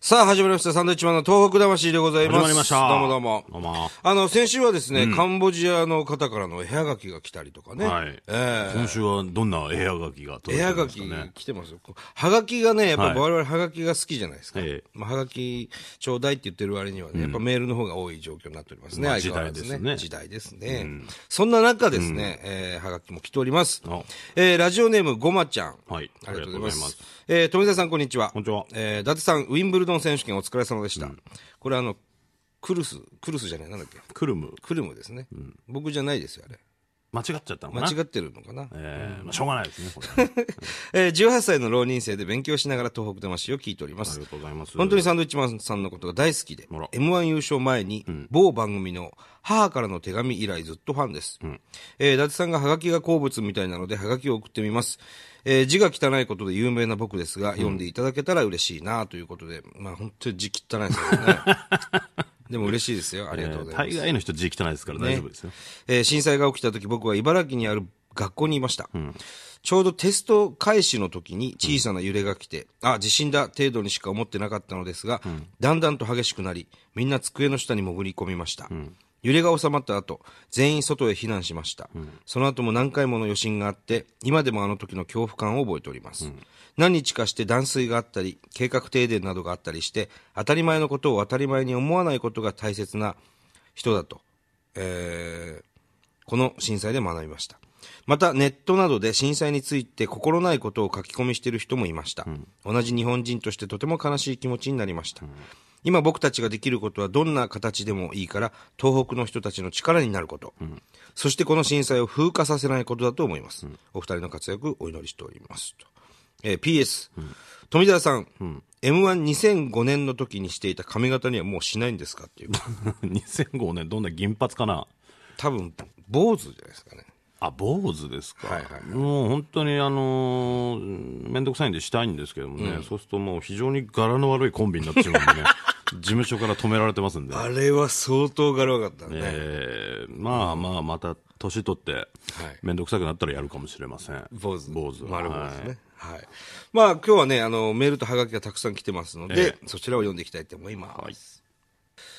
さあ、始まりました。サンドウィッチマンの東北魂でございます。始まりましたどうもどうも。どうもあの、先週はですね、カンボジアの方からの絵はがきが来たりとかね。はいええ今週はどんな絵はがきが届い絵てはるんがですきかね。来てますよ。はがきがね、やっぱはい我々はがきが好きじゃないですか。ええまあ、はがきちょうだいって言ってる割にはね、やっぱメールの方が多い状況になっておりますね、まあ相変わらず時時代ですね。そんな中ですね、えーはがきも来ておりますあ。えーラジオネームごまちゃん。はいありがとうございまありがとうございますす。えー富田さん、こんにちは。こんにちはえー伊達さん、ウィンブルドン選手権お疲れ様でした。これあの、クルス、クルスじゃない、なんだっけ。クルム。クルムですね。僕じゃないですよ、あれ。間違っちゃったのかな間違ってるのかな。えーまあしょうがないですね、こ れはねえー18歳の浪人生で勉強しながら東北魂を聞いておりまあすり。がとうございます。本当にサンドウィッチマンさんのことが大好きであら、 M1 優勝前に、某番組の母からの手紙以来ずっとファンです。えー伊達さんがハガキが好物みたいなので、ハガキを送ってみます。えー字が汚いことで有名な僕ですが、読んでいただけたら嬉しいなということで、まあ本当に字汚いですよ ね。でも嬉しいですよ。ありがとうございます大。概の人字汚いですから大丈夫ですよ。 えー震災が起きた時僕は茨城にある学校にいました、ちょうどテスト開始の時に小さな揺れが来て、あ地震だ程度にしか思ってなかったのですが、だんだんと激しくなりみんな机の下に潜り込みました、揺れが収まった後、全員外へ避難しました。その後も何回もの余震があって、今でもあの時の恐怖感を覚えております。何日かして断水があったり、計画停電などがあったりして、当たり前のことを当たり前に思わないことが大切な人だとえーこの震災で学びました。また、ネットなどで震災について心ないことを書き込みしている人もいました。同じ日本人としてとても悲しい気持ちになりました。今僕たちができることはどんな形でもいいから、東北の人たちの力になること。そしてこの震災を風化させないことだと思います。お二人の活躍お祈りしております。とえー PS、富澤さん、M12005 年の時にしていた髪型にはもうしないんですかっていう。 2005年、どんな銀髪かな多分、坊主じゃないですかね。あ、坊主ですか。はいはいはいもう本当にあのー、めんどくさいんでしたいんですけどもね、そうするともう非常に柄の悪いコンビになってしまうん でね、事務所から止められてますんで。あれは相当が悪かったね。えーまあまあ、また年取って、めんどくさくなったらやるかもしれません。坊主。坊主。丸坊主はいね。はい。まあ今日はね、あの、メールとハガキがたくさん来てますので、そちらを読んでいきたいと思います。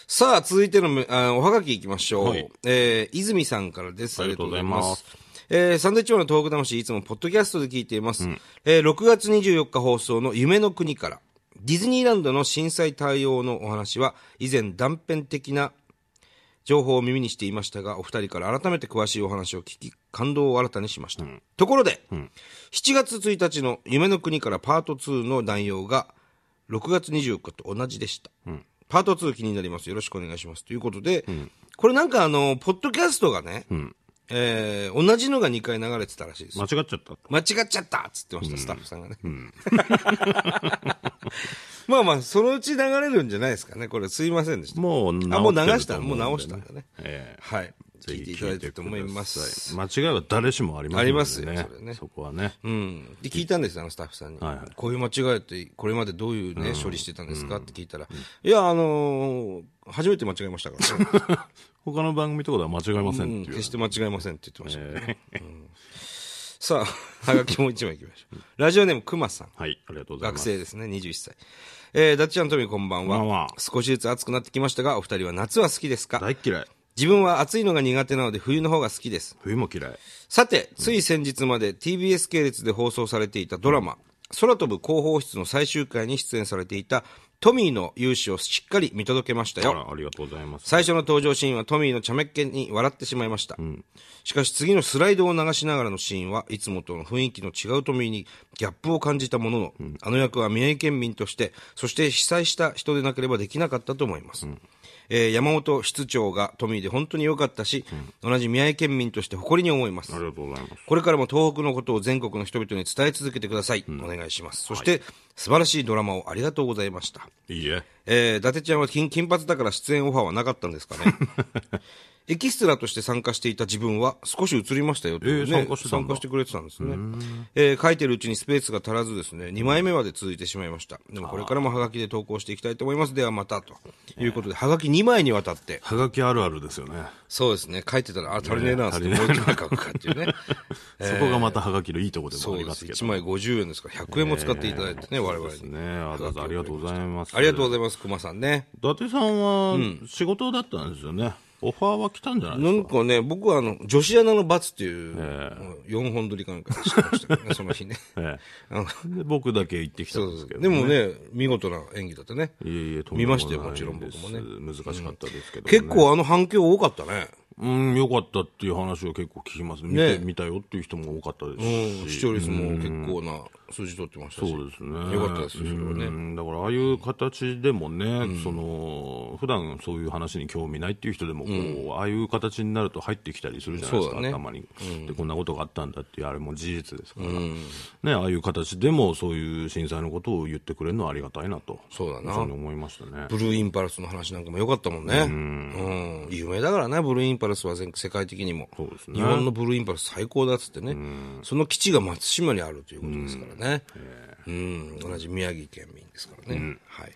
さあ、続いてのめあおはがきいきましょう。はいえー、泉さんからです。あありりががととううごございざいまますす。えー、サンドイッチマンのトーク魂、いつもポッドキャストで聞いています。えー、6月24日放送の夢の国から、ディズニーランドの震災対応のお話は、以前断片的な情報を耳にしていましたが、お二人から改めて詳しいお話を聞き、感動を新たにしました。ところで、7月1日の夢の国からパート2の内容が、6月24日と同じでした。パート2気になります。よろしくお願いします。ということで、これなんかあの、ポッドキャストがね、えー同じのが2回流れてたらしいです間。違っちゃった。間違っちゃったっつってました、スタッフさんがね。 まあまあ、そのうち流れるんじゃないですかね。これすいませんでした。もう直ってるとあ思もううんでね、流したもう直したんだねええはい。ぜ聞ひいていただいてると思います。聞いてください間違いは誰しもありますので、ね、ありますよそれねこはね、うん。で、聞いたんですよ、あのスタッフさんに。はいはいこういう間違いって、これまでどういうね、処理してたんですかって聞いたら、いや、あのー初めて間違えました から、他の番組とかでは間違いませうんんっていう、決して間違えませんって言ってましたけどね。うんさあ、はがきもう一枚いきましょう。ラジオネーム、くまさん。はいありがとうございま学す生ですね、21歳。えー、ダッチャントミーこんばんは。こんばんは少しずつ暑くなってきましたが、お二人は夏は好きですか大っ嫌い自分は暑いのが苦手なので冬の方が好きです。冬も嫌いさて、つい先日まで TBS 系列で放送されていたドラマ、空飛ぶ広報室の最終回に出演されていたトミーの勇姿をしっかり見届けましたあよ。らありがとうございます最初の登場シーンはトミーの茶目っ気に笑ってしまいました。しかし次のスライドを流しながらのシーンはいつもとの雰囲気の違うトミーにギャップを感じたものの、あの役は宮城県民として、そして被災した人でなければできなかったと思います。えー山本室長がトミーで本当に良かったし、同じ宮城県民として誇りに思いますあ。りがとうございますこれからも東北のことを全国の人々に伝え続けてください。お願いします。そして、素晴らしいドラマをありがとうございました。いいえ えー、伊達ちゃんは金金髪だから出演オファーはなかったんですかね。エキストラとして参加していた自分は少し映りましたよと、えー参加してたんだしてくれてたんですね、えー書いてるうちにスペースが足らずですね2枚目まで続いてしまいましたでもこれからもハガキで投稿していきたいと思いますではまたということでハガキ2枚にわたってはがきあるあるですよね。そうですね書いてたらあ足りねえなっつって足りもねう一枚書くかっていうねそこがまたはがきのいいところでもそあうりでますすけど。 1枚50円ですから100円も使っていただいてね、我々に、ねわざわざありがとうございます。ありがとうございます熊さんね伊達さんは仕事だったんですよね。オファーは来たんじゃないでなすんかね、僕はあの、女子アナの罰っていう、4本撮りかなんかしてましたけ どね、その日ね。か。えあのえで僕だけ行ってきたそんうでそすうけそどうね、でもね、見事な演技だったね。いえいえとん見でまもないしたよ、もちろん僕もね。です難しかったですけど、ね結構あの反響多かったね。うん、良かったっていう話を結構聞きますね。見ねて、見たよっていう人も多かったですし。視聴率も結構な数字取ってましたし。そうですね。よかったですよ、それはね。ね。だから、ああいう形でもね、その、普段そういう話に興味ないっていう人でも、こう、ああいう形になると入ってきたりするじゃないでそすうか、だね頭に、で、こんなことがあったんだっていう、あれも事実ですから、ね、ああいう形でも、そういう震災のことを言ってくれるのはありがたいなと、そうだな非常に思いましたね。ブルーインパルスの話なんかも良かったもんね。うん。有名だからね、ブルーインパルスは全世界的にも。そうですね日本のブルーインパルス最高だっつってね。その基地が松島にあるということですからね。うん。同じ宮城県民ですからね。はい。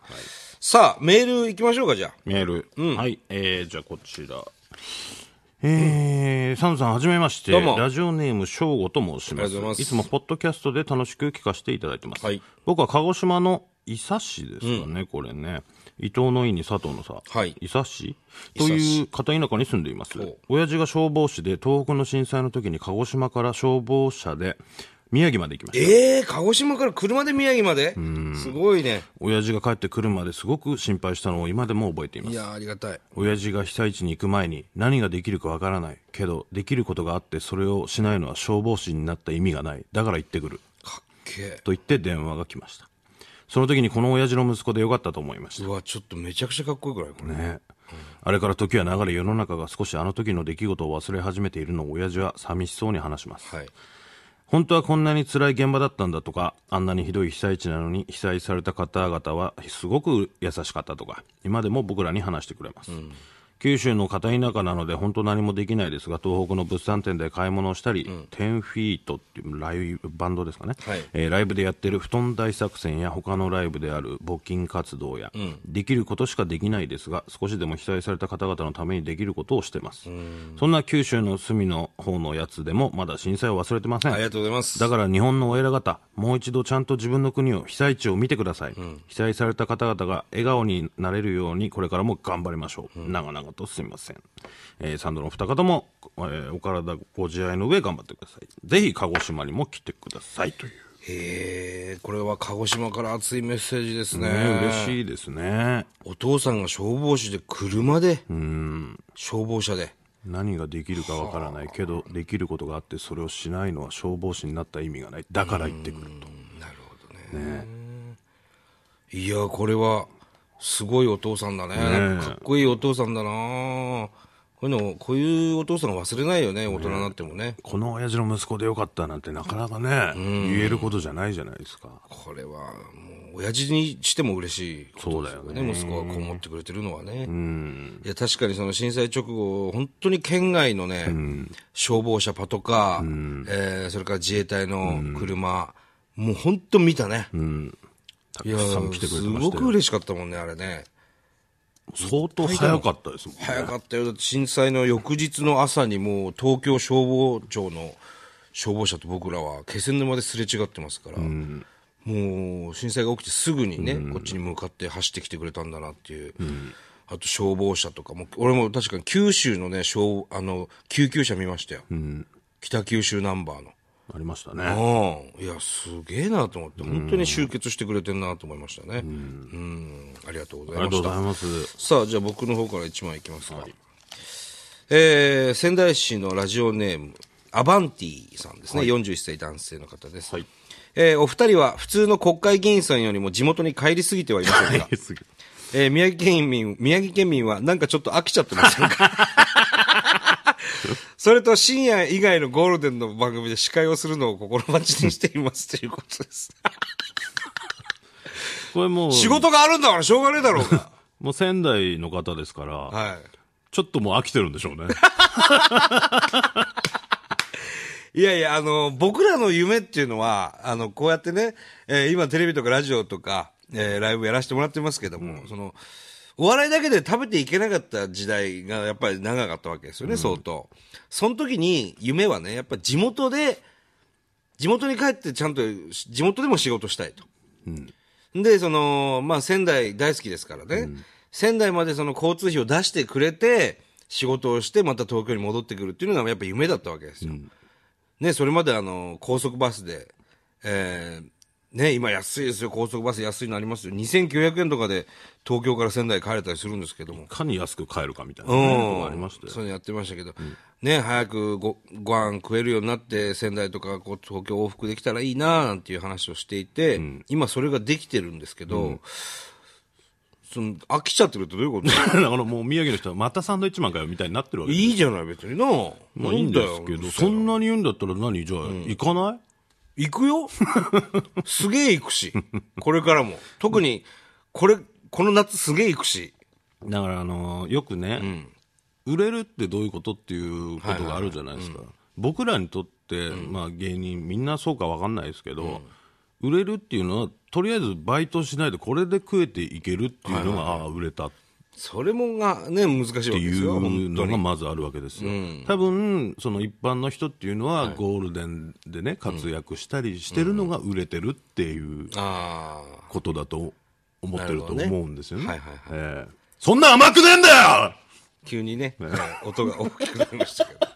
さあ、メール行きましょうか、じゃあ。メール。はい。えー、じゃあこちら。えー、サンドさん、はじめまして。どうもラジオネーム、翔吾と申しあまりがとうす。ございますつも、ポッドキャストで楽しく聞かせていただいてます。はい僕は鹿児島の伊佐市ですかね、これね。伊藤の伊に佐藤の佐。はい伊佐市伊と佐い市う片田舎に住んでいますお。親父が消防士で、東北の震災の時に鹿児島から消防車で宮城まで行きました。ええー、鹿児島から車で宮城まですごいね。親父が帰ってくるまですごく心配したのを今でも覚えていますい。やー、ありがたい。親父が被災地に行く前に何ができるかわからないけどできることがあってそれをしないのは消防士になった意味がないだから行ってくるかっけと言って電話が来ましたその時にこの親父の息子でよかったと思いましえ。たうわ、ちょっとめちゃくちゃかっこいいくらい、これ。ねあれから時は流れ世の中が少しあの時の出来事を忘れ始めているのを親父は寂しそうに話しますはい。本当はこんなに辛い現場だったんだとかあんなにひどい被災地なのに被災された方々はすごく優しかったとか今でも僕らに話してくれます、九州の片田舎なので本当何もできないですが東北の物産展で買い物をしたり、テンフィートっていうライブバンドですかね、はいえーライブでやってる布団大作戦や他のライブである募金活動や、できることしかできないですが少しでも被災された方々のためにできることをしてます、そんな九州の隅の方のやつでもまだ震災を忘れてませんありがとうございます。だから日本のお偉方、もう一度ちゃんと自分の国を、被災地を見てください、被災された方々が笑顔になれるように、これからも頑張りましょう。長々とすみません。えーサンドのお二方も、えーお体ご自愛の上頑張ってください。ぜひ、鹿児島にも来てくださいという。へえ、これは鹿児島から熱いメッセージですね。ね、嬉しいですね。お父さんが消防士で車で、消防車で。何ができるかわからないけど、できることがあって、それをしないのは消防士になった意味がない。だから行ってくると。なるほどね。いや、これは、すごいお父さんだね。かっこいいお父さんだなこういうの、こういうお父さん忘れないよね、大人になってもね。この親父の息子でよかったなんてなかなかね、言えることじゃないじゃないですか。これは、もう、親父にしても嬉しいことですよそうね。息子がこう思ってくれてるのはね。いや、確かにその震災直後、本当に県外のね、消防車パトカー、えーそれから自衛隊の車、もう本当見たね。たいやくさん来てくれてすごましたくよ。嬉しかったもんね、あれね。相当早かったですもんね。早かったよ。だって震災の翌日の朝にもう東京消防庁の消防車と僕らは気仙沼ですれ違ってますから、もう震災が起きてすぐにね、こっちに向かって走ってきてくれたんだなっていう。あと消防車とかも、俺も確かに九州のね、消あの、救急車見ましたよ。北九州ナンバーの。ありましたね。うん。いや、すげえなと思って、本当に集結してくれてんなと思いましたね。うん。ありがとうごあざりいがまとうしござたい。ます。さあ、じゃあ僕の方から1枚いきますか。えー仙台市のラジオネーム、アバンティさんですね。41歳男性の方です。はいえーお二人は普通の国会議員さんよりも地元に帰りすぎてはいませんが、 えー宮城県民、宮城県民はなんかちょっと飽きちゃってません かそれと深夜以外のゴールデンの番組で司会をするのを心待ちにしていますということです。これも う、仕事があるんだからしょうがねえだろうが。もう仙台の方ですから、はい。ちょっともう飽きてるんでし ょうね。いやいや、あの、僕らの夢っていうのは、あの、こうやってね、えー今テレビとかラジオとか、えーライブやらせてもらってますけども、その、お笑いだけで食べていけなかった時代がやっぱり長かったわけですよね、相当。その時に夢はね、やっぱ地元で、地元に帰ってちゃんとし地元でも仕事したいと。で、その、まあ、仙台大好きですからね。仙台までその交通費を出してくれて、仕事をしてまた東京に戻ってくるっていうのがやっぱ夢だったわけですよ。ね、それまであの、高速バスで、えー、ね、今安いですよ、高速バス安いのありますよ。2900円とかで東京から仙台帰れたりするんですけども。いかに安く買えるかみたいなね、とこありましたよそういうのやってましたけど、ね、早くごご飯食えるようになって、仙台とかこう東京往復できたらいいななんていう話をしていて、今それができてるんですけど、その飽きちゃってるってどういうこと だからもう宮城の人はまたサンドイッチマンかよみたいになってるわけいいじゃない、別にな。まあいいんですけなんだど、よそんなに言うんだったら何じゃあ、行かない行く よすげえ行くし。これからも。特に、これ、この夏すげえ行くし。だからあのーよくね、売れるってどういうことっていうことがあるじゃないですか、僕らにとって、まあ、芸人みんなそうか分かんないですけど、売れるっていうのはとりあえずバイトしないでこれで食えていけるっていうのが、ああ売れたっそれもがね、難しいわけてでいすよ、う本当のにが。まずあるわけですよ、多分その一般の人っていうのはゴールデンでね活躍したりしてるのが売れてるっていうああ。ことだと思ってると思うんですよねなるほどねええそんな甘くねえんだよ急にね、はい音が大きくなりましたけど。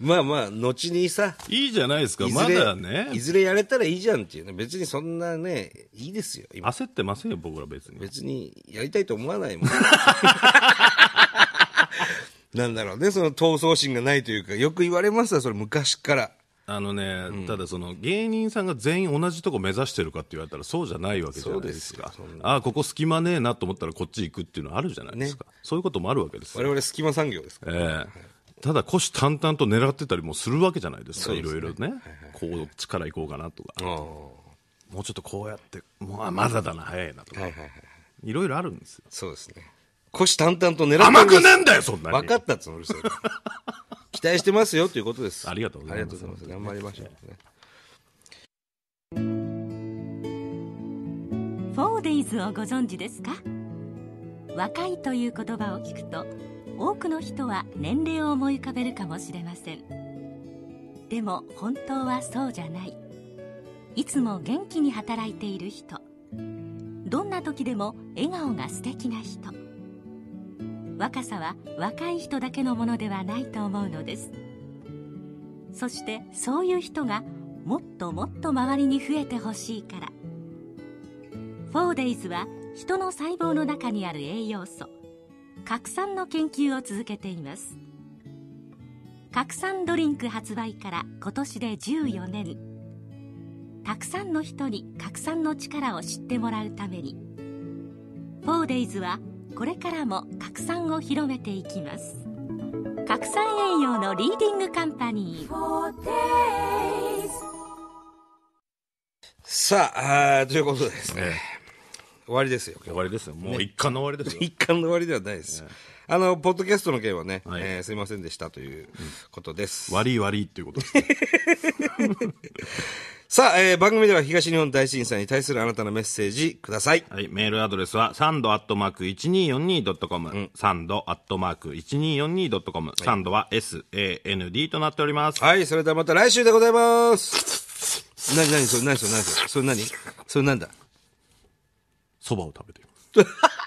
まあまあ、後にさ、いいじゃないですか、いまずれ、だね、いずれやれたらいいじゃんっていうね。別にそんなね、いいですよ。今焦ってませんよ、僕ら別に。別にやりたいと思わない もん。なんだろうね、その闘争心がないというか、よく言われますわ、それ昔から。あのね、ただその芸人さんが全員同じとこ目指してるかって言われたらそうじゃないわけじゃないですか。ああ、ここ隙間ねえなと思ったらこっち行くっていうのはあるじゃないですか。そういうこともあるわけです我よ。々隙間産業ですから。ええただ虎視眈々と狙ってたりもするわけじゃないですか、いろいろね、こう力いこうかなとか、ああもうちょっとこうやって、もうあまだだな、早いなとか、はいはいいはい。ろいろあるんですよ。そうですね。虎視眈々と狙っております甘くねえんだよ、そんなに分かったっつもり ですよ。期待してますよということです。ありがとうございますありがとうございます。頑張りましょうね。フォーデイズをご存知ですか若いという言葉を聞くと多くの人は年齢を思い浮かべるかもしれませんでも本当はそうじゃないいつも元気に働いている人どんな時でも笑顔が素敵な人若さは若い人だけのものではないと思うのですそしてそういう人がもっともっと周りに増えてほしいからフォーデイズは人の細胞の中にある栄養素核酸の研究を続けています核酸ドリンク発売から今年で14年たくさんの人に核酸の力を知ってもらうためにフォーデイズはこれからも核酸を広めていきます核酸栄養のリーディングカンパニーさあ、あーということでですね、え終わりですよ。終わりですよ、もう一貫の終わりですよ。一貫の終わりではないです。あの、ポッドキャストの件はね、はいえーすいませんでしたということです。悪い悪いっていうことですね。さあ、えー番組では東日本大震災に対するあなたのメッセージください。はい、メールアドレスは、サンドアットマーク 1242.com、サンドアットマーク 1242.com、サンドは SAND となっております。はい、それではまた来週でございます。なになにそれ、なにそれ、なにそれ、それ何それなんだそばを食べています。